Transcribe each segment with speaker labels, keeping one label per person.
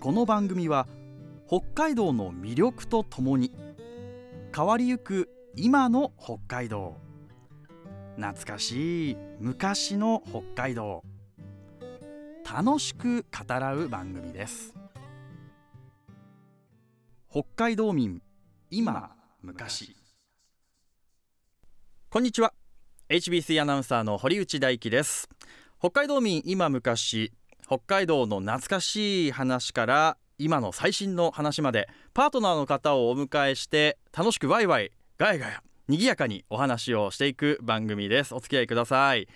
Speaker 1: この番組は北海道の魅力とともに変わりゆく今の北海道懐かしい昔の北海道楽しく語らう番組です北海道民今昔こんにちは HBC アナウンサーの堀内大輝です北海道民今昔北海道の懐かしい話から今の最新の話までパートナーの方をお迎えして楽しくワイワイガヤガヤ賑やかにお話をしていく番組ですお付き合いください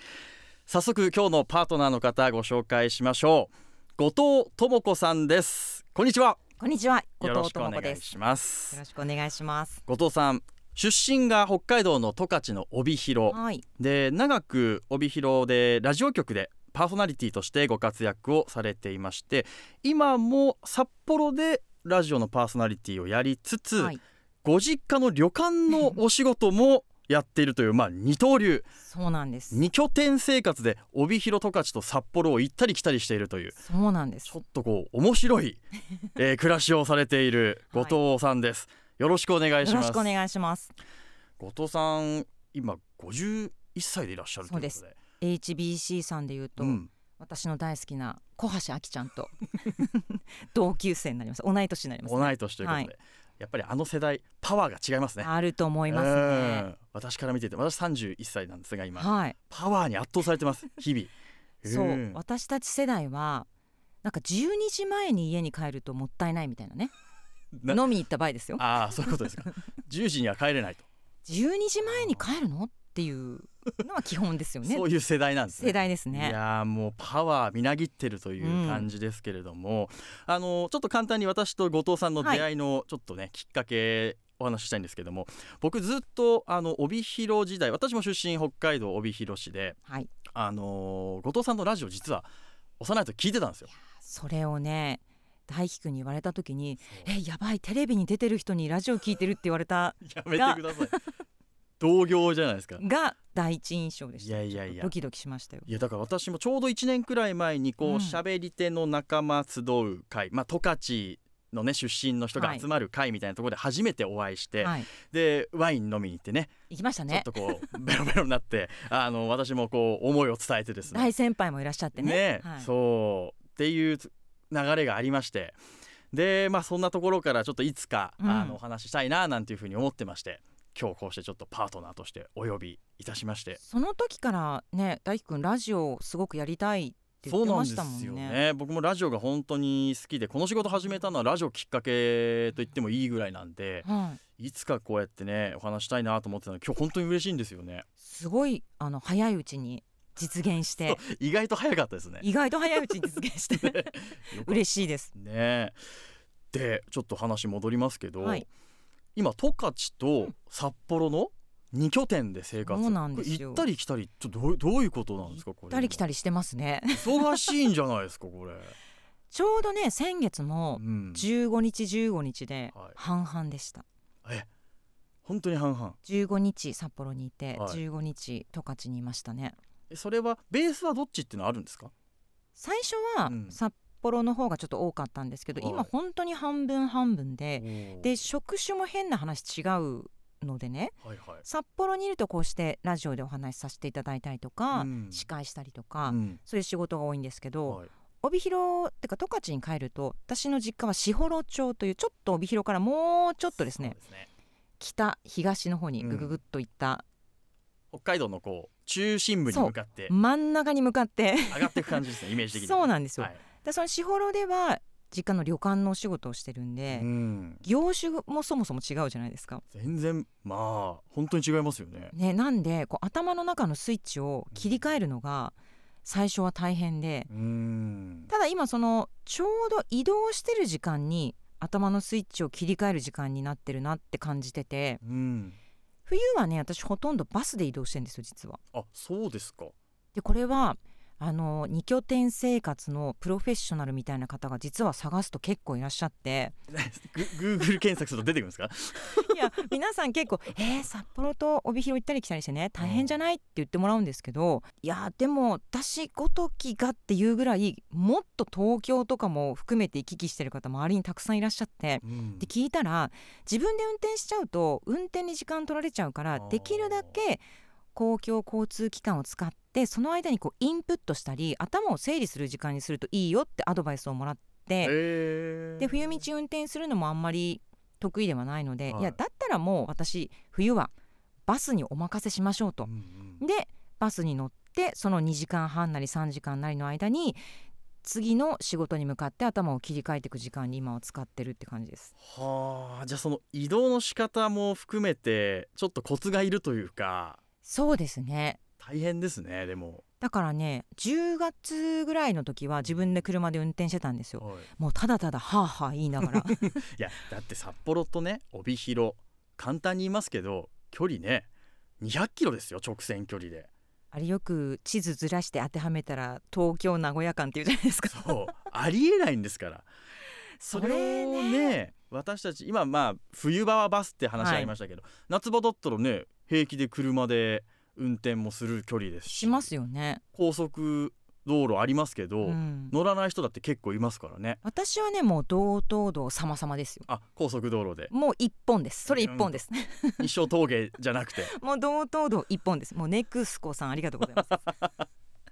Speaker 1: 早速今日のパートナーの方ご紹介しましょう後藤智子さんですこんにちは
Speaker 2: こんにちは、後
Speaker 1: よろ
Speaker 2: 藤
Speaker 1: しくお
Speaker 2: 智子
Speaker 1: 願
Speaker 2: で
Speaker 1: い
Speaker 2: す。
Speaker 1: しま
Speaker 2: よ
Speaker 1: す
Speaker 2: ろしくお願いします。
Speaker 1: 後藤さん出身が北海道の十勝の帯広
Speaker 2: はい、
Speaker 1: で長く帯広でラジオ局でパーソナリティとしてご活躍をされていまして今も札幌でラジオのパーソナリティをやりつつ、
Speaker 2: はい、
Speaker 1: ご実家の旅館のお仕事もやっているという、まあ、二刀流
Speaker 2: そうなんです。
Speaker 1: 二拠点生活で帯広十勝と札幌を行ったり来たりしているという
Speaker 2: そうなんです
Speaker 1: ち。ょっとこう面白い、え ー暮らしをされている後藤さんです。よろしくお願い
Speaker 2: よ
Speaker 1: し
Speaker 2: ろ
Speaker 1: ます。
Speaker 2: しくお願いします。
Speaker 1: 後藤さん今51歳でいらっしゃるということで。
Speaker 2: そう HBC さんで言うと、
Speaker 1: うん
Speaker 2: 私の大好きな小橋明ちゃんと 同級生になります。同い年になります、ね。
Speaker 1: 同い年ということで、やっぱりあの世代パワーが違いますね。
Speaker 2: あると思います
Speaker 1: う
Speaker 2: ね。
Speaker 1: ん私から見てて私31歳なんですが今
Speaker 2: はい、
Speaker 1: パワーに圧倒されてます日々。
Speaker 2: そう、
Speaker 1: ん
Speaker 2: 私たち世代は。なんか12時前に家に帰るともったいないみたいなね
Speaker 1: な
Speaker 2: 飲みに行った場合ですよ
Speaker 1: ああそういうこと ですか。10時には帰れないと、
Speaker 2: 12時前に帰るのっていうのは基本ですよね
Speaker 1: そういう世代なんですね。
Speaker 2: 世代ですね
Speaker 1: いやーもうパワーみなぎってるという感じですけれども、あのちょっと簡単に私と後藤さんの出会いのちょっとね、きっかけお話ししたいんですけども僕ずっとあの帯広時代私も出身北海道帯広市で
Speaker 2: はい
Speaker 1: あの後藤さんのラジオ実は幼いと聞いてたんですよ。
Speaker 2: それをね大輝くんに言われた時に「えやばいテレビに出てる人にラジオ聞いてる」って言われた
Speaker 1: やめてください。 同業じゃないですか。
Speaker 2: が第一印象でし
Speaker 1: い
Speaker 2: た
Speaker 1: やいやいや
Speaker 2: ド。キドキしましたよ
Speaker 1: いやだから私もちょうど1年くらい前にこう
Speaker 2: うん
Speaker 1: 喋り手の仲間集う会、まあ十勝のね出身の人が
Speaker 2: はい
Speaker 1: 集まる会みたいなところで初めてお会いして、
Speaker 2: はい
Speaker 1: でワイン飲みに行ってね
Speaker 2: 行きました
Speaker 1: ちょっ
Speaker 2: ね
Speaker 1: とこうベロベロになってあの私もこう思いを伝えてですね
Speaker 2: 大先輩もいらっしゃってねはい
Speaker 1: そうっていう流れがありましてでまあそんなところからちょっといつか、
Speaker 2: うん
Speaker 1: あのお話ししたいななんていうふうに思ってまして今日こうしてちょっとパートナーとしてお呼びいたしまして
Speaker 2: その時からね大輝くんラジオをすごくやりたいって言
Speaker 1: そ
Speaker 2: っ
Speaker 1: う
Speaker 2: て
Speaker 1: なん
Speaker 2: ま
Speaker 1: で
Speaker 2: したもん
Speaker 1: す
Speaker 2: ね
Speaker 1: よね僕もラジオが本当に好きでこの仕事始めたのはラジオきっかけと言ってもいいぐらいなんで
Speaker 2: はい、
Speaker 1: いつかこうやってねお話したいなと思ってたので今日本当に嬉しいんですよね
Speaker 2: すごいあの早いうちに実現して
Speaker 1: 意外と早かったですね
Speaker 2: 意外と早いうちに実現 して
Speaker 1: よかっ
Speaker 2: 嬉しいです
Speaker 1: たねでちょっと話戻りますけど、
Speaker 2: はい
Speaker 1: 今十勝と札幌の2拠点で生活
Speaker 2: そうなんです
Speaker 1: これ行
Speaker 2: よ
Speaker 1: ったり来たりちょっとどうどういうことなんですかこ
Speaker 2: 行っ
Speaker 1: れ
Speaker 2: たり来た
Speaker 1: り
Speaker 2: りしてま すね
Speaker 1: 忙しいんじゃないですかこ れ、
Speaker 2: ちょうどね先月も
Speaker 1: うん、
Speaker 2: 15日15日で
Speaker 1: はい
Speaker 2: 半々でした
Speaker 1: え本当に半々
Speaker 2: 15日札幌にいて、
Speaker 1: はい
Speaker 2: 15日十勝にいましたね
Speaker 1: えそれはベースはどっちっていうのはあるんですか
Speaker 2: 最初は
Speaker 1: うん
Speaker 2: 札幌の方がちょっと多かったんですけど、
Speaker 1: はい
Speaker 2: 今本当に半分半分で、
Speaker 1: で
Speaker 2: で職種も変な話違うのでね
Speaker 1: はいはい
Speaker 2: 札幌にいるとこうしてラジオでお話しさせていただいたりとか、
Speaker 1: うん
Speaker 2: 司会したりとか、
Speaker 1: うん
Speaker 2: そういう仕事が多いんですけど、
Speaker 1: はい
Speaker 2: 帯広ってか十勝に帰ると私の実家は士幌町というちょっと帯広からもうちょっとですね
Speaker 1: そう
Speaker 2: 北東の方にぐぐぐっと行った、
Speaker 1: 北海道のこう中心部に向かって
Speaker 2: 真ん中に向かって
Speaker 1: 上がっていく感じですねイメージ的に
Speaker 2: そうなんですよ
Speaker 1: はい
Speaker 2: でその士幌では実家の旅館のお仕事をしてるんで、
Speaker 1: うん
Speaker 2: 業種もそもそも違うじゃないですか。
Speaker 1: 全然まあ本当に違いますよね
Speaker 2: ね、なんでこう頭の中のスイッチを切り替えるのが最初は大変で
Speaker 1: うん
Speaker 2: ただ今そのちょうど移動してる時間に頭のスイッチを切り替える時間になってるなって感じてて
Speaker 1: うん
Speaker 2: 冬はね私ほとんどバスで移動してるんですよ実は。
Speaker 1: あそうですか
Speaker 2: でこれはあの二拠点生活のプロフェッショナルみたいな方が実は探すと結構いらっしゃって
Speaker 1: グーグル検索すると出てくるんですか
Speaker 2: いや皆さん結構「えー、札幌と帯広行ったり来たりしてね大変じゃない?」って言ってもらうんですけどいやでも私ごときがっていうぐらいもっと東京とかも含めて行き来してる方周りにたくさんいらっしゃって。
Speaker 1: うん
Speaker 2: で聞いたら自分で運転しちゃうと運転に時間取られちゃうか
Speaker 1: あ
Speaker 2: ら
Speaker 1: ー
Speaker 2: できるだけ公共交通機関を使ってその間にこうインプットしたり頭を整理する時間にするといいよってアドバイスをもらって
Speaker 1: へー
Speaker 2: で冬道運転するのもあんまり得意ではないので、
Speaker 1: はい
Speaker 2: い、やだったらもう私冬はバスにお任せしましょうと
Speaker 1: う。んうん
Speaker 2: でバスに乗ってその2時間半なり3時間なりの間に次の仕事に向かって頭を切り替えていく時間に今は使ってるって感じです。
Speaker 1: はあじゃあその移動の仕方も含めてちょっとコツがいるというか
Speaker 2: そうですね
Speaker 1: 大変ですねでも、
Speaker 2: だからね10月ぐらいの時は自分で車で運転してたんですよ
Speaker 1: はい
Speaker 2: もうただただハーハー言いなが ら
Speaker 1: いやだって札幌とね帯広簡単に言いますけど距離ね200キロですよ直線距離で
Speaker 2: あれよく地図ずらして当てはめたら東京名古屋間っていうじゃないですか
Speaker 1: そうありえないんですから
Speaker 2: そ
Speaker 1: そ
Speaker 2: れ
Speaker 1: れ
Speaker 2: ね
Speaker 1: をね私たち今まあ冬場はバスって話ありましたけど、夏場だったらね平気で車で運転もする距離ですし
Speaker 2: しますよね、
Speaker 1: 高速道路ありますけど、
Speaker 2: うん、
Speaker 1: 乗らない人だって結構いますからね
Speaker 2: 私はねもう道東道様々ですよ
Speaker 1: あ高速道路で
Speaker 2: もう一本ですそれ一本です、
Speaker 1: 日照峠じゃなくて
Speaker 2: もう道東道一本ですもうネクスコさんありがとうございます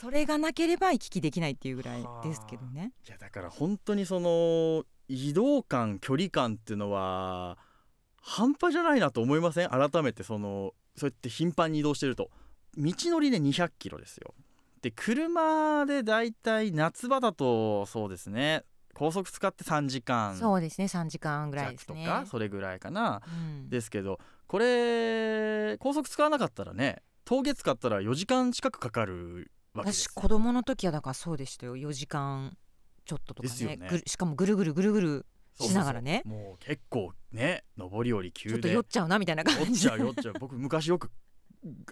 Speaker 2: それがなければ行き来できないっていうぐらいですけどね
Speaker 1: いやだから本当にその移動感距離感っていうのは半端じゃないなと思いません改めてそのそうやって頻繁に移動してると道のりで200キロですよで車でだいたい夏場だとそうですね高速使って3時間
Speaker 2: そうですね3時間ぐらいで
Speaker 1: 弱
Speaker 2: す
Speaker 1: と
Speaker 2: ね
Speaker 1: かそれぐらいかな
Speaker 2: うん
Speaker 1: ですけどこれ高速使わなかったらね峠使ったら4時間近くかかるわけです
Speaker 2: 私子供の時はだからそうでしたよ4時間ちょっととか
Speaker 1: ですよ
Speaker 2: ね
Speaker 1: ね
Speaker 2: ぐるしかもぐるぐるぐるぐる
Speaker 1: そうそうそう
Speaker 2: しながらね
Speaker 1: もう結構ね上り下り急
Speaker 2: ち
Speaker 1: で
Speaker 2: ょっと酔っちゃうなみたいな感
Speaker 1: 酔っ
Speaker 2: じ
Speaker 1: ちゃう酔っちゃう僕昔よく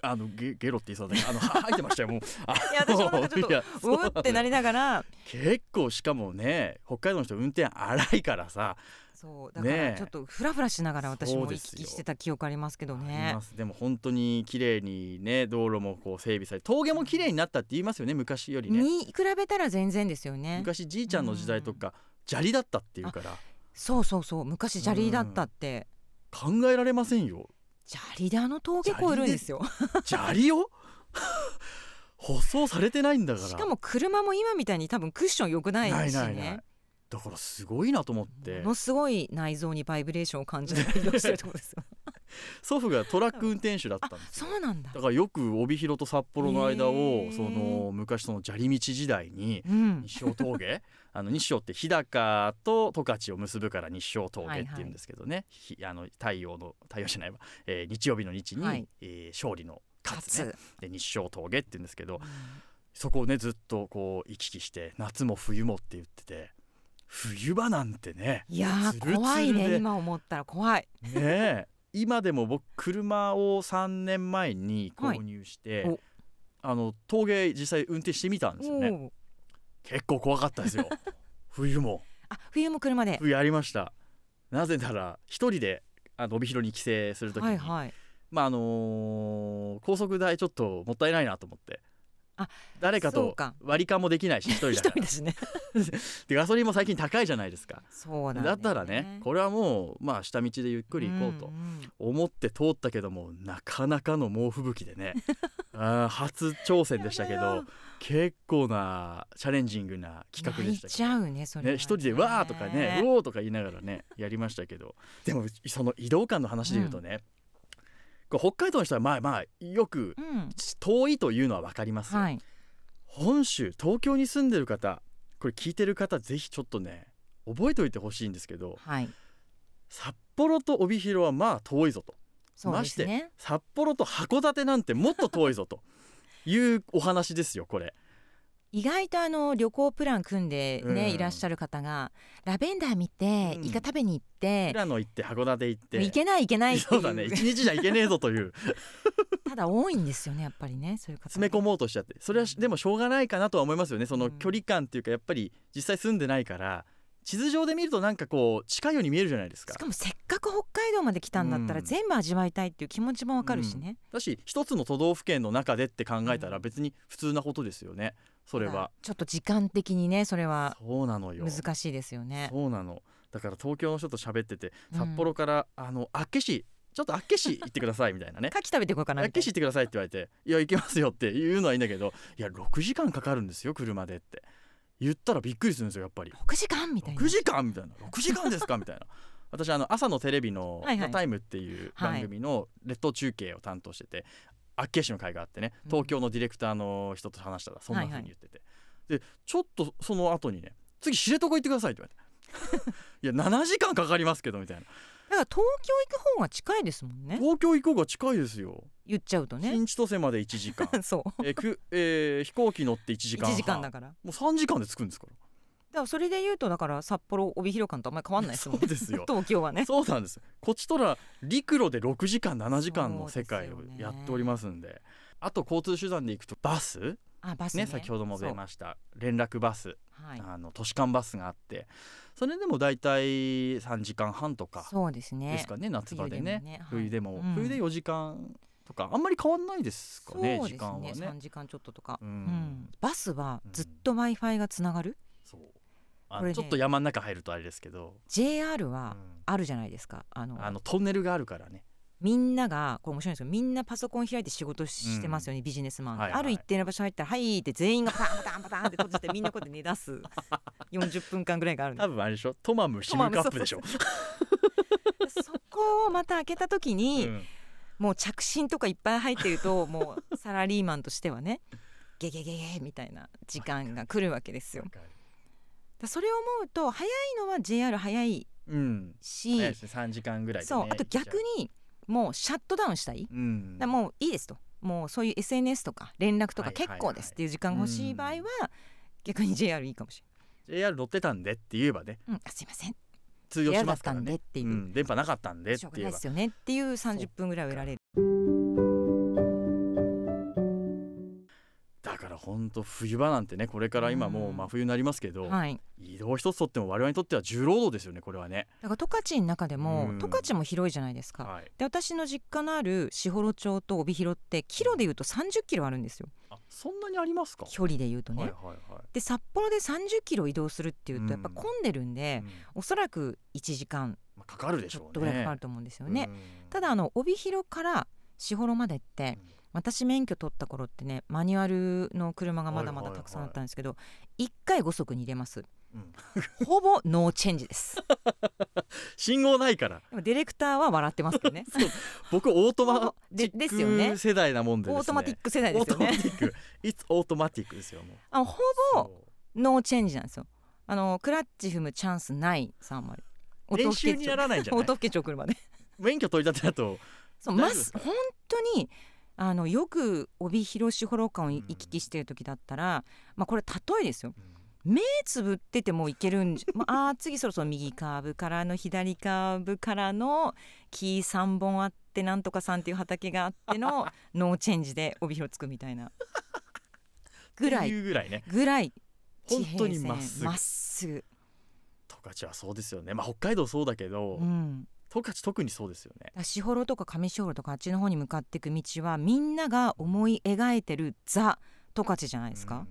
Speaker 1: あのゲゲロって言いそうだけどあのは吐いてましたよもうあ
Speaker 2: いや私も なんかちょっと
Speaker 1: いや
Speaker 2: う
Speaker 1: そう
Speaker 2: うってなりながら
Speaker 1: 結構しかもね北海道の人運転荒いからさ、
Speaker 2: そうだから
Speaker 1: ねえ
Speaker 2: ちょっとフラフラしながら私
Speaker 1: そう
Speaker 2: も
Speaker 1: で
Speaker 2: 行
Speaker 1: す
Speaker 2: き
Speaker 1: よ
Speaker 2: 来してた記憶ありますけど
Speaker 1: あり
Speaker 2: ね
Speaker 1: ますでも本当に綺麗にね道路もこう整備され峠も綺麗になったって言いますよね昔よりね
Speaker 2: に比べたら全然ですよね
Speaker 1: 昔じいちゃんの時代とか砂利だったっていうから
Speaker 2: そうそうそう昔砂利だったって
Speaker 1: 考えられませんよ
Speaker 2: 砂利であの峠越えるんですよ
Speaker 1: 砂利を 舗装されてないんだから
Speaker 2: しかも車も今みたいに多分クッション良くないしね
Speaker 1: だからすごいなと思って
Speaker 2: ものすごい内臓にバイブレーションを感じて移動してるってことで すよ
Speaker 1: 祖父がトラック運転手だった
Speaker 2: あ
Speaker 1: んですよ
Speaker 2: そうなんだ
Speaker 1: だからよく帯広と札幌の間
Speaker 2: へ
Speaker 1: を
Speaker 2: ー
Speaker 1: その昔その砂利道時代に
Speaker 2: うん
Speaker 1: 日照 峠あの日照って日高と十勝を結ぶから日照峠って言うんですけどね、ひあの太陽の太陽じゃないわ、えー日曜日の日に、
Speaker 2: はい
Speaker 1: えー勝利の勝つね
Speaker 2: 勝
Speaker 1: で日照峠って言うんですけど
Speaker 2: つ
Speaker 1: そこをねずっとこう行き来して夏も冬もって言ってて冬場なんてね
Speaker 2: いやー
Speaker 1: ツルツルで
Speaker 2: 怖いね今思ったら怖い
Speaker 1: ねえ今でも僕車を3年前に購入して、
Speaker 2: はいお
Speaker 1: あの峠実際運転してみたんですよね
Speaker 2: おう
Speaker 1: 結構怖かったですよ 冬も
Speaker 2: あ冬も車で
Speaker 1: 冬やりましたなぜなら一人であの帯広に帰省するときに、
Speaker 2: はいはい
Speaker 1: まああのー高速代ちょっともったいないなと思って
Speaker 2: あ
Speaker 1: 誰か
Speaker 2: そう
Speaker 1: と
Speaker 2: か
Speaker 1: 割り勘もできないし一人
Speaker 2: 一
Speaker 1: だか
Speaker 2: 人
Speaker 1: ら
Speaker 2: だしね
Speaker 1: でガソリンも最近高いじゃないですか
Speaker 2: そうなんだ
Speaker 1: だ
Speaker 2: よ
Speaker 1: ったらねこれはもうまあ下道でゆっくり行こうと
Speaker 2: んん
Speaker 1: 思って通ったけどもなかなかの猛吹雪で ねあー初挑戦でしたけ
Speaker 2: やだ
Speaker 1: ど
Speaker 2: よ
Speaker 1: 結構なチャレンジングな企画でした
Speaker 2: 泣いち
Speaker 1: け
Speaker 2: ゃうねそ
Speaker 1: ど、
Speaker 2: れは
Speaker 1: ね、一人で「わー」とかね「うおー」とか言いながらねやりましたけ どでもその移動感の話で言うとね、こう北海道の人はまあまあよく
Speaker 2: うん
Speaker 1: 遠いというのは分かりますよ、
Speaker 2: はい
Speaker 1: 本州東京に住んでる方これ聞いてる方ぜひちょっとね覚えておいてほしいんですけど
Speaker 2: はい
Speaker 1: 札幌と帯広はまあ遠いぞと。
Speaker 2: そうですね
Speaker 1: 札幌と函館なんてもっと遠いぞというお話ですよこれ
Speaker 2: 意外とあの旅行プラン組んでね、
Speaker 1: うん
Speaker 2: いらっしゃる方がラベンダー見て、
Speaker 1: うん
Speaker 2: イカ食べに行って、
Speaker 1: 平野行って函館行って
Speaker 2: いけないいけないってい
Speaker 1: そうだね一日じゃ行けねえぞという
Speaker 2: ただ多いんですよねやっぱりねそういう方
Speaker 1: 詰め込もうとしちゃってそれはしでもしょうがないかなとは思いますよねその距離感っていうかやっぱり実際住んでないから地図上で見るとなんかこう近いように見えるじゃないですか
Speaker 2: しかもせっかく北海道まで来たんだった
Speaker 1: う
Speaker 2: ら
Speaker 1: ん
Speaker 2: 全部味わいたいっていう気持ちもわかるしね、
Speaker 1: だし一つの都道府県の中でって考えた
Speaker 2: う
Speaker 1: ら
Speaker 2: ん
Speaker 1: 別に普通なことですよねそれ
Speaker 2: ただ
Speaker 1: は
Speaker 2: ちょっと時間的にねそれは
Speaker 1: そうなのよ
Speaker 2: 難しいですよね
Speaker 1: そうなのだから東京の人と喋ってて
Speaker 2: うん
Speaker 1: 札幌から、あの厚岸ちょっと厚岸行ってくださいみたいなね
Speaker 2: 牡蠣食べてこようかなみ
Speaker 1: 厚
Speaker 2: たい
Speaker 1: 岸行ってくださいって言われて「いや行きますよ」って言うのはいいんだけど「いや6時間かかるんですよ車で」って言ったらびっくりするんですよやっぱり
Speaker 2: な。6時間みたいな
Speaker 1: 6時間みたいな6時間ですかみたいな 私あの朝のテレビの「
Speaker 2: はいは
Speaker 1: ザ
Speaker 2: い
Speaker 1: タイムっていう番組の列島中継を担当してて厚岸の会があってね
Speaker 2: うん
Speaker 1: 東京のディレクターの人と話したらそんな風に言ってて、でちょっとその後にね次知床行ってくださいって言われていや7時間かかりますけどみたいな
Speaker 2: だから東京行く方が近いですもんね
Speaker 1: 東京行こうが近いですよ、
Speaker 2: 言っちゃうとね
Speaker 1: 新千歳まで1時間
Speaker 2: そう
Speaker 1: えく、えー飛行機乗って1時間
Speaker 2: 1
Speaker 1: 半
Speaker 2: 時間だからだか
Speaker 1: もう3時間で着くんですから
Speaker 2: らそれで言うとだから札幌帯広間とあんまり変わんないですもん
Speaker 1: そ
Speaker 2: ね
Speaker 1: うですよ
Speaker 2: 東京はね
Speaker 1: そうなんですこっちとら陸路で6時間7時間の世界を
Speaker 2: そうですよね
Speaker 1: やっておりますんであと交通手段で行くとバスね
Speaker 2: あバスね
Speaker 1: 先ほども出
Speaker 2: す
Speaker 1: ました連絡バス、
Speaker 2: はい
Speaker 1: あの都市間バスがあってそれでも大体3時間半とか
Speaker 2: そうですね
Speaker 1: ですかね夏場で
Speaker 2: 冬で
Speaker 1: ね
Speaker 2: もねはい
Speaker 1: 冬でも,、
Speaker 2: うん
Speaker 1: 冬で4時間とかあんまり変わんないですかね
Speaker 2: そう
Speaker 1: 時
Speaker 2: です
Speaker 1: 間は
Speaker 2: ね
Speaker 1: ね
Speaker 2: 3時間ちょっととか、
Speaker 1: う
Speaker 2: うんんバスはずっと w i f i がつながる、
Speaker 1: そうあの
Speaker 2: これね
Speaker 1: ちょっと山の中入るとあれですけど、
Speaker 2: JR
Speaker 1: う
Speaker 2: は
Speaker 1: ん
Speaker 2: あるじゃないですかあの
Speaker 1: あのトンネルがあるからね
Speaker 2: みんながこれ面白いんですけどみんなパソコン開いて仕事してますよね、ビジネスマンって、
Speaker 1: はいはい
Speaker 2: ある一定の場所入ったら「はい」って全員がパタンパタンパタンって閉じてみんなこうやって寝出す 40分間ぐらいがあるんで
Speaker 1: 多分あれでしょトマムシムカップでしょ、
Speaker 2: すそこをまた開けた時に、
Speaker 1: うん
Speaker 2: もう着信とかいっぱい入ってるともうサラリーマンとしてはねゲゲゲゲみたいな時間が来るわけですよ。だからそれを思うと早いのは JR 早い
Speaker 1: うん
Speaker 2: し、
Speaker 1: 早いですね3時間ぐらいで、ね、
Speaker 2: そうあと逆にもうシャットダウンしたい、
Speaker 1: うん、
Speaker 2: だからもういいですともうそういう SNS とか連絡と
Speaker 1: はいは
Speaker 2: か
Speaker 1: い
Speaker 2: 結
Speaker 1: はい
Speaker 2: 構ですっていう時間が欲しい場合は、逆に JR いいかもし
Speaker 1: JR 乗ってたんでって言えばね
Speaker 2: れない、うん、あすいません
Speaker 1: 通用
Speaker 2: JR
Speaker 1: し
Speaker 2: だ
Speaker 1: ま
Speaker 2: っ
Speaker 1: すか
Speaker 2: た
Speaker 1: ら
Speaker 2: んで
Speaker 1: ね
Speaker 2: っていう、
Speaker 1: うん、電波なかったんでっ
Speaker 2: しょう
Speaker 1: て言え
Speaker 2: がない
Speaker 1: ば
Speaker 2: ですよねっていう30分ぐらいを得られる
Speaker 1: だから本当冬場なんてねこれから今もう真冬になりますけど、
Speaker 2: はい
Speaker 1: 移動一つとっても我々にとっては重労働ですよねこれはね
Speaker 2: だから十勝の中でも、
Speaker 1: うん
Speaker 2: 十勝も広いじゃないですか、
Speaker 1: はい
Speaker 2: で私の実家のある士幌町と帯広ってキロでいうと30キロあるんですよ
Speaker 1: あそんなにありますか
Speaker 2: 距離でいうとね、
Speaker 1: はいはいはい
Speaker 2: で札幌で30キロ移動するっていう
Speaker 1: うん
Speaker 2: とやっぱ混んでるんで、
Speaker 1: うん
Speaker 2: おそらく1時間
Speaker 1: まあ、かかるでし
Speaker 2: ちょ
Speaker 1: ょ
Speaker 2: っ
Speaker 1: う
Speaker 2: とぐらい
Speaker 1: ね
Speaker 2: かかると思うんですよね、
Speaker 1: うん
Speaker 2: ただあの帯広から士幌までって、
Speaker 1: うん
Speaker 2: 私免許取った頃ってねマニュアルの車がまだまだたくさんあったんですけど、一回5速に入れます
Speaker 1: うん
Speaker 2: ほぼノーチェンジです
Speaker 1: 信号ないから
Speaker 2: でもディレクターは笑ってますけどね
Speaker 1: 僕オートマチ
Speaker 2: でですよ
Speaker 1: ッ
Speaker 2: ね
Speaker 1: ク世代なもんでです、ね、
Speaker 2: オートマティック世代
Speaker 1: オ
Speaker 2: で
Speaker 1: ー
Speaker 2: すよ
Speaker 1: トマテ
Speaker 2: ね
Speaker 1: ィック It's オートマティックですよもう
Speaker 2: あのほぼ
Speaker 1: そう
Speaker 2: ノーチェンジなんですよあのクラッチ踏むチャンスない3割
Speaker 1: 練習にならないんじゃない
Speaker 2: 音更町車で
Speaker 1: 免許取り立てだと
Speaker 2: そう
Speaker 1: 大丈夫
Speaker 2: ま
Speaker 1: です
Speaker 2: す
Speaker 1: か
Speaker 2: 本当にあのよく帯広市幌間を行き来してる時だったら、まあこれ例えですよ目つぶっててもいけ るんじゃ、まあ、あー次そろそろ右カーブからの左カーブからの木3本あってなんとかさんっていう畑があって のノーチェンジで帯広つくみたいなぐら
Speaker 1: って
Speaker 2: い
Speaker 1: いうぐらいね
Speaker 2: ぐらい
Speaker 1: 本当に
Speaker 2: 地
Speaker 1: まっ
Speaker 2: 平
Speaker 1: す
Speaker 2: 線
Speaker 1: ぐ
Speaker 2: まっすぐ、
Speaker 1: 十勝はそうですよねまあ北海道そうだけど
Speaker 2: うん、
Speaker 1: 十勝特にそうですよね
Speaker 2: だから士幌とか上士幌とかあっちの方に向かっていく道はみんなが思い描いてるザ十勝じゃないです
Speaker 1: うん
Speaker 2: か、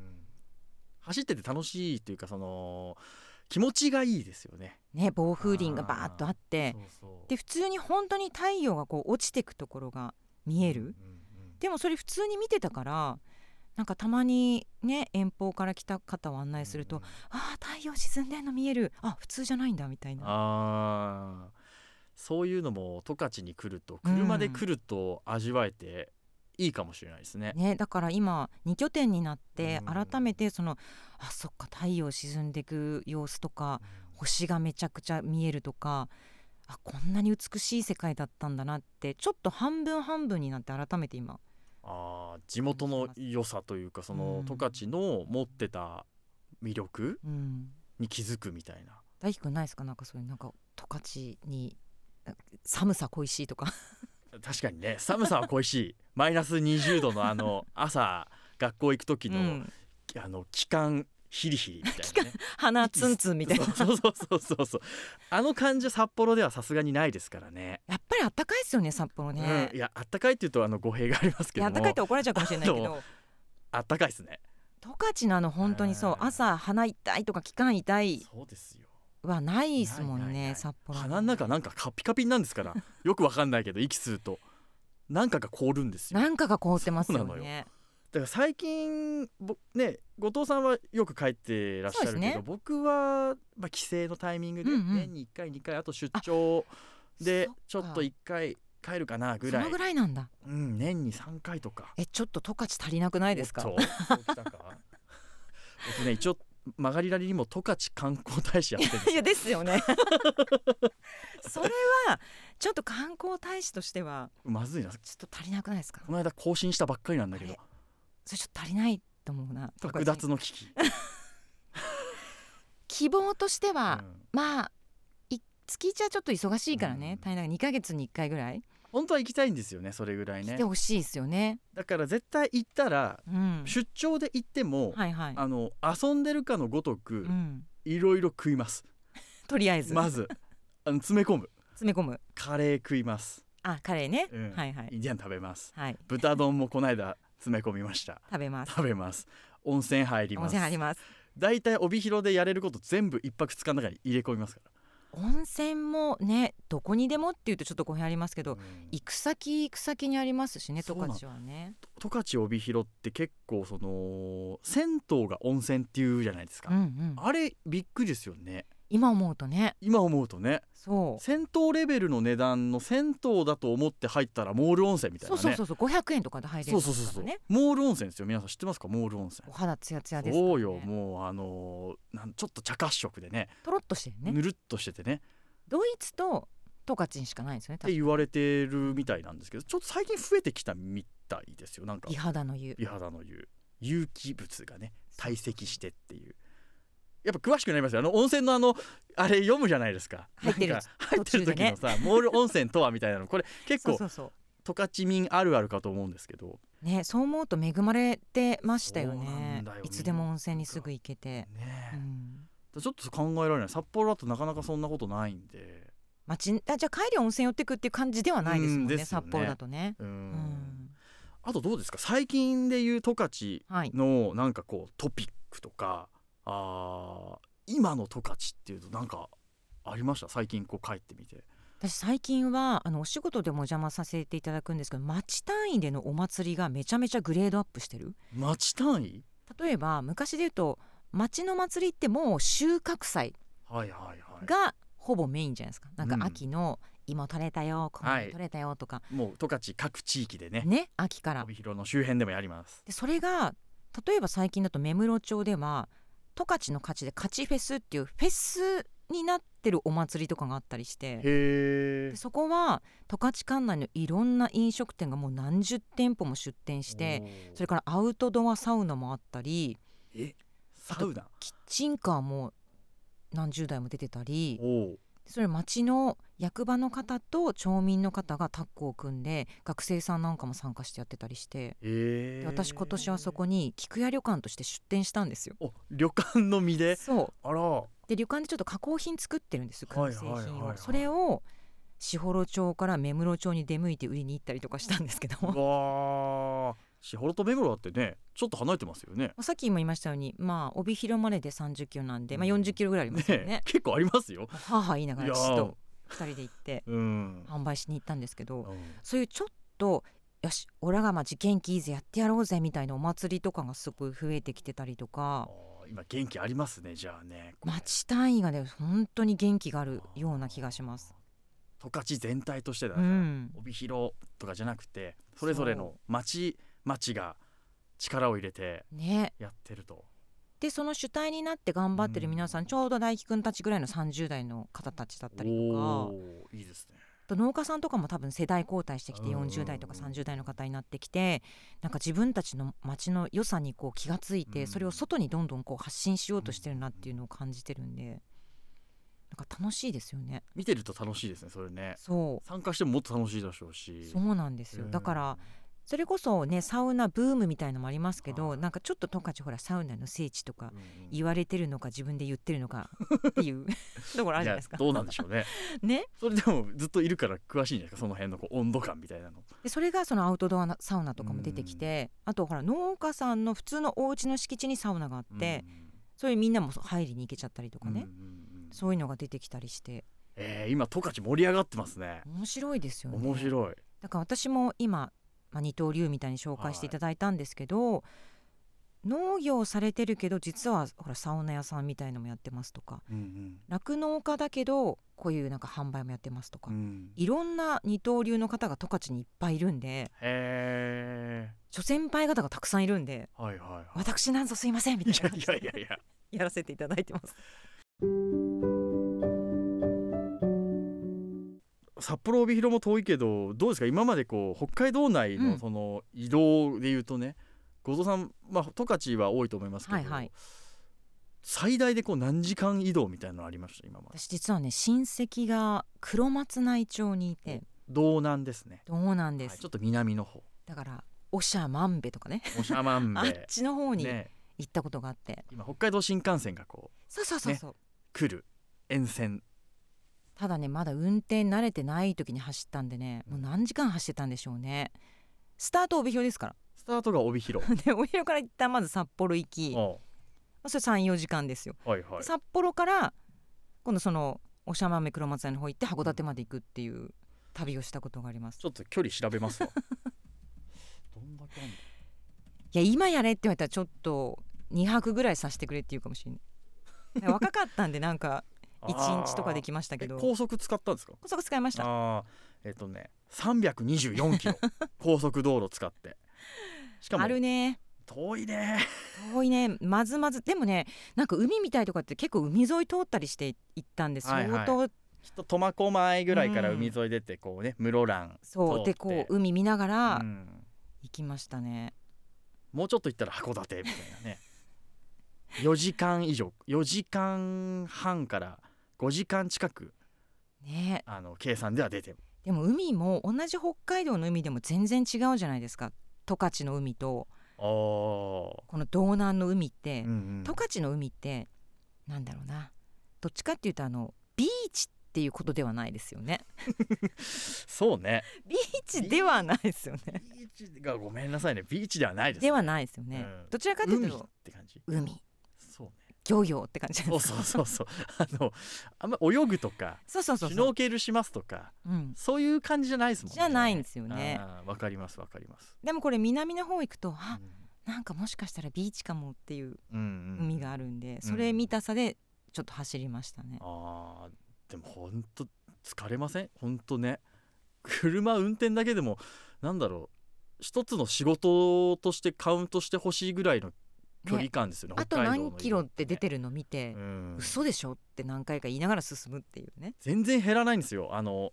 Speaker 1: 走ってて楽しいっていうかその気持ちがいいですよね
Speaker 2: ね暴風林がバーッとあって
Speaker 1: そうそう
Speaker 2: で普通に本当に太陽がこう落ちてくところが見える、
Speaker 1: うんうん
Speaker 2: でもそれ普通に見てたからなんかたまにね遠方から来た方を案内すると「
Speaker 1: うんうん
Speaker 2: ああ太陽沈んでんの見えるあ普通じゃないんだ」みたいな
Speaker 1: あーそういうのも十勝に来ると車で来ると味わえていいかもしれないですね、
Speaker 2: ねだから今2拠点になって
Speaker 1: うん
Speaker 2: 改めてその「あそっか太陽沈んでく様子」とか「星がめちゃくちゃ見える」とか「あこんなに美しい世界だったんだな」ってちょっと半分半分になって改めて今
Speaker 1: あー地元の良さというかその
Speaker 2: うん
Speaker 1: 十勝の持ってた魅力
Speaker 2: うん
Speaker 1: に気づくみたいな
Speaker 2: 大輝くんないですかなんかそういうなんか十勝になんか寒さ恋しいとか
Speaker 1: 確かにね寒さは恋し いマイナス20度のあの朝学校行く時の、
Speaker 2: うん
Speaker 1: あの気管ヒリヒリみ たいな、ね、
Speaker 2: 鼻ツンツンみたいな
Speaker 1: そうそうそうそうそうあの感じは札幌ではさすがにないですからね
Speaker 2: やっぱりあったかいですよね札幌ね、
Speaker 1: うん、いやあったかいっていうとあの語弊があります
Speaker 2: い
Speaker 1: け
Speaker 2: や
Speaker 1: ども
Speaker 2: あったかいって怒られちゃうかもしれないけ
Speaker 1: あ
Speaker 2: ど
Speaker 1: あったかいですね
Speaker 2: 十勝のあの本当にそう
Speaker 1: うん
Speaker 2: 朝鼻痛いとか気管痛い
Speaker 1: そうですよ
Speaker 2: はないですもん
Speaker 1: ない
Speaker 2: ね
Speaker 1: ないない
Speaker 2: 札幌
Speaker 1: 鼻の中なんかカピカピになんですからよくわかんないけど息吸うとなんかが凍るんですよ
Speaker 2: なんかが凍ってますよ
Speaker 1: そうなの
Speaker 2: ね
Speaker 1: だから最近ぼね後藤さんはよく帰ってらっしゃるけ
Speaker 2: そ
Speaker 1: ど、
Speaker 2: うですね
Speaker 1: 僕は、まあ、帰省のタイミングで
Speaker 2: うんうん
Speaker 1: 年に1回2回あと出張で
Speaker 2: そっか
Speaker 1: ちょっと1回帰るかなぐ
Speaker 2: そ
Speaker 1: らい
Speaker 2: のぐらいなんだ
Speaker 1: うん、年に3回とか。
Speaker 2: えちょっと十勝足りなくないですか
Speaker 1: おっとそうきたか 僕ね一応曲がりなりにも十勝観光大使やってるんです
Speaker 2: いやです よねそれはちょっと観光大使としては
Speaker 1: まずいな
Speaker 2: ちょっと足りなくないですか
Speaker 1: この間更新したばっかりなんだけど
Speaker 2: あそれちょっと足りないと思うな
Speaker 1: 剥奪の危機、
Speaker 2: 希望として
Speaker 1: う
Speaker 2: は、
Speaker 1: ん
Speaker 2: まあい月1はちょっと忙しいから
Speaker 1: う
Speaker 2: ね、
Speaker 1: ん
Speaker 2: 大変だから2ヶ月に1回ぐらい
Speaker 1: 本当は行きたいんですよねそれぐらい
Speaker 2: 来
Speaker 1: ね
Speaker 2: てほしいですよね
Speaker 1: だから絶対行ったら
Speaker 2: うん
Speaker 1: 出張で行っても、
Speaker 2: はいはい
Speaker 1: あの遊んでるかのごとく
Speaker 2: うん
Speaker 1: いろいろ食います
Speaker 2: とりあえず、
Speaker 1: まずあの詰め込む
Speaker 2: 詰め込む
Speaker 1: カレー食います、
Speaker 2: あカレーね、
Speaker 1: うん
Speaker 2: はいはい
Speaker 1: インディアン食べます
Speaker 2: はい
Speaker 1: 豚丼もこの間詰め込みました
Speaker 2: 食べます
Speaker 1: 食べます温泉入り
Speaker 2: 温
Speaker 1: ます
Speaker 2: 泉あります
Speaker 1: 大体帯広でやれること全部一泊二日の中に入れ込みますか
Speaker 2: 温泉もねどこにでもっていうとちょっと語弊ありますけ
Speaker 1: ら
Speaker 2: ど、行く先行く先にありますしね十
Speaker 1: そうなの
Speaker 2: 勝はね
Speaker 1: 十勝帯広って結構その銭湯が温泉っていうじゃないですか、
Speaker 2: うんうん
Speaker 1: あれびっくりですよね
Speaker 2: 今思うとね
Speaker 1: 今思うとね
Speaker 2: そう
Speaker 1: 銭湯レベルの値段の銭湯だと思って入ったらモール温泉みたい
Speaker 2: そ
Speaker 1: な
Speaker 2: う
Speaker 1: ね
Speaker 2: そうそうそう500円とかで入れる
Speaker 1: そうそうそうそう
Speaker 2: ね
Speaker 1: モール温泉ですよ皆さん知ってますかモール温泉
Speaker 2: お肌ツヤツヤですからね、
Speaker 1: そうよもうあのーなんちょっと茶褐色でね
Speaker 2: とろっとしてるね
Speaker 1: ぬるっとしててね
Speaker 2: ドイツと十勝にしかないんですよね
Speaker 1: っ
Speaker 2: 多
Speaker 1: て
Speaker 2: 分
Speaker 1: 言われてるみたいなんですけどちょっと最近増えてきたみたいですよなんか
Speaker 2: 美肌の湯
Speaker 1: 美肌の湯有機物がね堆積してっていうやっぱ詳しくなりますよあの温泉のあのあれ読むじゃないですか
Speaker 2: 入ってる
Speaker 1: なんか入ってる
Speaker 2: 途中
Speaker 1: 時
Speaker 2: でね
Speaker 1: のさ、モール温泉とはみたいなのこ れ結
Speaker 2: そう
Speaker 1: 構
Speaker 2: そうそ
Speaker 1: 十勝民あるあるかと思うんですけど
Speaker 2: うねそう思うと恵まれてましたよ
Speaker 1: そうな
Speaker 2: ね
Speaker 1: んだよ
Speaker 2: いつでも温泉にすぐ行けて、う
Speaker 1: ね
Speaker 2: ん、
Speaker 1: えちょっと考えられない札幌だとなかなかそんなことないんで
Speaker 2: 町あじゃあ帰り温泉寄ってくっていう感じではないですも
Speaker 1: う
Speaker 2: んね
Speaker 1: んですよ
Speaker 2: 札
Speaker 1: ね
Speaker 2: 幌だとね、
Speaker 1: う
Speaker 2: うんん、
Speaker 1: あとどうですか最近でいう十勝
Speaker 2: はい
Speaker 1: のなんかこうトピックとかあー今の十勝っていうとなんかありました最近こう帰ってみて
Speaker 2: 私最近はあのお仕事でもお邪魔させていただくんですけど町単位でのお祭りがめちゃめちゃグレードアップしてる
Speaker 1: 町単位
Speaker 2: 例えば昔で言うと町の祭りってもう収穫祭
Speaker 1: はいはいは
Speaker 2: がほぼメインじゃないですかなんか
Speaker 1: うん
Speaker 2: 秋の芋取れたよコ
Speaker 1: は
Speaker 2: メ
Speaker 1: い
Speaker 2: 取れたよとか、
Speaker 1: い。もう十勝各地域でね。
Speaker 2: ね秋から
Speaker 1: 帯広の周辺でもやります。
Speaker 2: でそれが例えば最近だと目室町では十勝の勝ちで勝ちフェスっていうフェスになってるお祭りとかがあったりして
Speaker 1: へ
Speaker 2: で。そこは十勝管内のいろんな飲食店がもう何十店舗も出店して
Speaker 1: おー
Speaker 2: それからアウトドアサウナもあったり
Speaker 1: えサウナ。
Speaker 2: キッチンカーも何十台も出てたり
Speaker 1: おおー。
Speaker 2: それ町の役場の方と町民の方がタッグを組んで学生さんなんかも参加してやってたりして
Speaker 1: え
Speaker 2: で私今年はそこに菊屋旅館として出店したんですよ。
Speaker 1: お旅館の身で。
Speaker 2: そう
Speaker 1: あら。
Speaker 2: で旅館でちょっと加工品作ってるんです
Speaker 1: は
Speaker 2: 燻
Speaker 1: い
Speaker 2: 製
Speaker 1: はいはいはい
Speaker 2: 品をそれを士幌町から目室町に出向いて売りに行ったりとかしたんですけど
Speaker 1: う
Speaker 2: も
Speaker 1: わあ。しほろと目黒だってね、ちょっと離れてますよね。
Speaker 2: さっきも言いましたようにまあ帯広までで30キロなんで、まあ、40キロぐらいありますよね。
Speaker 1: ねえ、結構ありますよ。
Speaker 2: はあはあ言いなが
Speaker 1: い
Speaker 2: ら
Speaker 1: や
Speaker 2: ち
Speaker 1: ー
Speaker 2: ょっと2人で行って
Speaker 1: うん。
Speaker 2: 販売しに行ったんですけど
Speaker 1: うん
Speaker 2: そういうちょっとよしオラが町元気いいぜやってやろうぜみたいなお祭りとかがすごい増えてきてたりと
Speaker 1: あ
Speaker 2: か
Speaker 1: ー今元気ありますね。じゃあね。これ
Speaker 2: 町単位がね本当に元気があるような気がします。。
Speaker 1: 十勝全体としてだ
Speaker 2: う
Speaker 1: から。
Speaker 2: ん、
Speaker 1: 帯広とかじゃなくて、それぞれの町町が力を入れて
Speaker 2: ね
Speaker 1: やってると。
Speaker 2: でその主体になって頑張ってる皆さん、
Speaker 1: うん
Speaker 2: ちょうど大輝くんたちぐらいの30代の方たちだったりと
Speaker 1: おーいいですね
Speaker 2: かと農家さんとかも多分世代交代してきて
Speaker 1: うんうんうん
Speaker 2: 40代とか30代の方になってきてなんか自分たちの町の良さにこう気がつい
Speaker 1: うん
Speaker 2: てそれを外にどんどんこう発信しようとしてるなっていうのを感じてるんでなんか楽しいですよね。
Speaker 1: 見てると楽しいですねそれね
Speaker 2: そう
Speaker 1: 参加してももっと楽しいでしょうし
Speaker 2: そうなんですよ
Speaker 1: うん
Speaker 2: だからそれこそねサウナブームみたいのもありますけ
Speaker 1: は
Speaker 2: ど
Speaker 1: い
Speaker 2: なんかちょっと十勝ほらサウナの聖地とか
Speaker 1: うんうん
Speaker 2: 言われてるのか自分で言ってるのかっていう ところあるじゃないですか
Speaker 1: や。どうなんでしょうね
Speaker 2: ね、
Speaker 1: それでもずっといるから詳しいんじゃないですかその辺のこう温度感みたいなの
Speaker 2: でそれがそのアウトドアなサウナとかも出てきてあとほら農家さんの普通のお家の敷地にサウナがあって、そういうみんなもそう入りに行けちゃったりと
Speaker 1: う
Speaker 2: か
Speaker 1: ん
Speaker 2: ね、
Speaker 1: うんうんうん
Speaker 2: そういうのが出てきたりして
Speaker 1: えー今十勝盛り上がってますね
Speaker 2: 面白いですよね。
Speaker 1: 面白い
Speaker 2: だから私も今、まあ、二刀流みたいに紹介していただいたんですけど、農業をされてるけど実はほらサウナ屋さんみたいのもやってますとか
Speaker 1: うん
Speaker 2: 酪農家だけどこういうなんか販売もやってますとか、
Speaker 1: うんうん
Speaker 2: いろんな二刀流の方が十勝にいっぱいいるんで
Speaker 1: へ
Speaker 2: 諸先輩方がたくさんいるんで
Speaker 1: ーはいはいはい
Speaker 2: 私なんぞすいませんみ
Speaker 1: い
Speaker 2: たいな
Speaker 1: やいやいやいや
Speaker 2: やらせていただいてます。
Speaker 1: 札幌帯広も遠いけどどうですか今までこう北海道内
Speaker 2: う
Speaker 1: の
Speaker 2: ん
Speaker 1: その移動でいうとね、後藤さん、まあ、十勝は多いと思いますけど、
Speaker 2: はいはい
Speaker 1: 最大でこう何時間移動みたいなのありました今まで
Speaker 2: 私実はね親戚が黒松内町にいて
Speaker 1: 道南ですね
Speaker 2: どうなんです、
Speaker 1: はいちょっと南の方
Speaker 2: だからおしゃまんべとかね
Speaker 1: おしゃまん
Speaker 2: あっ
Speaker 1: べ
Speaker 2: ちの方に行
Speaker 1: ね、
Speaker 2: ったことがあって、
Speaker 1: 今北海道新幹線がこう
Speaker 2: そうそうそうそう、
Speaker 1: 来る沿線
Speaker 2: ただねまだ運転慣れてない時に走ったんでねもう何時間走ってたんでしょうねスタート帯広ですから
Speaker 1: スタートが帯広
Speaker 2: で帯広から 一旦まず札幌行き、ま
Speaker 1: お
Speaker 2: あそれ34時間ですよ、
Speaker 1: うはいはい
Speaker 2: 札幌から今度そのおしゃまめ黒松屋の方行って函館まで行くっていう旅をしたことがあります
Speaker 1: ちょっと距離調べ ますわどんだけあんの
Speaker 2: いや今やれって言われたらちょっと2泊ぐらいさせてくれって言うかもしれない 若かったんでなんか1日とかできましたけ
Speaker 1: あー
Speaker 2: ど
Speaker 1: え
Speaker 2: 高
Speaker 1: 高速使ったんですか
Speaker 2: 速使いました
Speaker 1: ああーえっ、とね324キロ 高速道路使ってしかも
Speaker 2: あるね
Speaker 1: 遠いね
Speaker 2: 遠いねまずまずでもねなんか海みたいとかって結構海沿い通ったりして行ったんで
Speaker 1: はい
Speaker 2: 相
Speaker 1: はい
Speaker 2: 当、
Speaker 1: きっと苫小牧ぐらいから海沿い出てこうね室蘭、
Speaker 2: そ
Speaker 1: 通
Speaker 2: う
Speaker 1: っ
Speaker 2: で
Speaker 1: て
Speaker 2: こう海見ながら
Speaker 1: うん
Speaker 2: 行きましたね、
Speaker 1: もうちょっと行ったら函館みたいなね4時間以上4時間半から5時間近く
Speaker 2: ね
Speaker 1: あの計算では出てる
Speaker 2: でも海も同じ北海道の海でも全然違うじゃないですか十勝の海と
Speaker 1: お
Speaker 2: この道南の海って、
Speaker 1: ー、うんうん
Speaker 2: 十勝の海ってなんだろうなどっちかっていうとあのビーチっていうことではないですよね
Speaker 1: そうね
Speaker 2: ビーチではないですよね
Speaker 1: ビーチがごめんなさいねビーチではないです、ね、
Speaker 2: ではないですよね、
Speaker 1: うん
Speaker 2: どちらかとい
Speaker 1: 海
Speaker 2: う
Speaker 1: っ
Speaker 2: と
Speaker 1: て感じ
Speaker 2: 海
Speaker 1: そうね
Speaker 2: 漁業って感じなん
Speaker 1: そ
Speaker 2: で
Speaker 1: う
Speaker 2: す
Speaker 1: そうそうそうあのあんま泳ぐとか
Speaker 2: そうそうそう
Speaker 1: シュ
Speaker 2: そ
Speaker 1: ノ
Speaker 2: う
Speaker 1: ーケルしますとか
Speaker 2: うん、
Speaker 1: そういう感じじゃないですもんね
Speaker 2: じゃないんですよね
Speaker 1: あーわかりますわかります
Speaker 2: でもこれ南の方行くと
Speaker 1: う
Speaker 2: あ
Speaker 1: ん
Speaker 2: なんかもしかしたらビーチかもっていう
Speaker 1: うんうん
Speaker 2: 海があるんで、それ見たさでちょっと走りましたね、
Speaker 1: あーでもほんと疲れませんほんとね車運転だけでもなんだろう一つの仕事としてカウントしてほしいぐらいの距離
Speaker 2: ね
Speaker 1: 感ですよね
Speaker 2: あと
Speaker 1: 北海道の
Speaker 2: 何キロって出て
Speaker 1: る、
Speaker 2: るの見て、
Speaker 1: うん、
Speaker 2: 嘘でしょって何回か言いながら進むっていうね
Speaker 1: 全然減らないんですよあの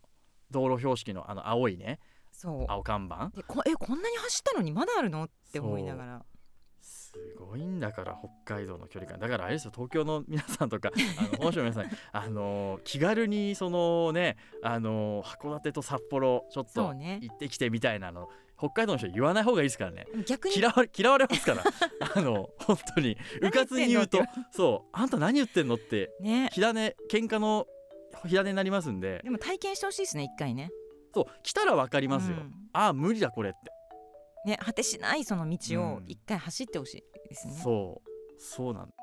Speaker 1: 道路標識のあの青いね
Speaker 2: そう
Speaker 1: 青看板
Speaker 2: でこえこんなに走ったのにまだあるのって思いながら
Speaker 1: すごいんだから北海道の距離感だからあれですよ東京の皆さん とかあの本州の皆さんあの気軽にそのねあの函館と札幌ちょっ
Speaker 2: そ
Speaker 1: と
Speaker 2: うね
Speaker 1: 行ってきてみたいなの北海道の人言わない方がいいですからね
Speaker 2: 逆に
Speaker 1: 嫌わ嫌われますから あの本当にうかつに言うと
Speaker 2: 何
Speaker 1: そうあんた何言ってんのって
Speaker 2: ね
Speaker 1: 火種喧嘩の火種になりますんで
Speaker 2: でも体験してほしいですね一回ね
Speaker 1: そう来たら分かりますよ、
Speaker 2: うん
Speaker 1: ああ無理だこれって
Speaker 2: ね果てしないその道
Speaker 1: う
Speaker 2: を
Speaker 1: ん
Speaker 2: 一回走ってほしいですね、
Speaker 1: そうそうなん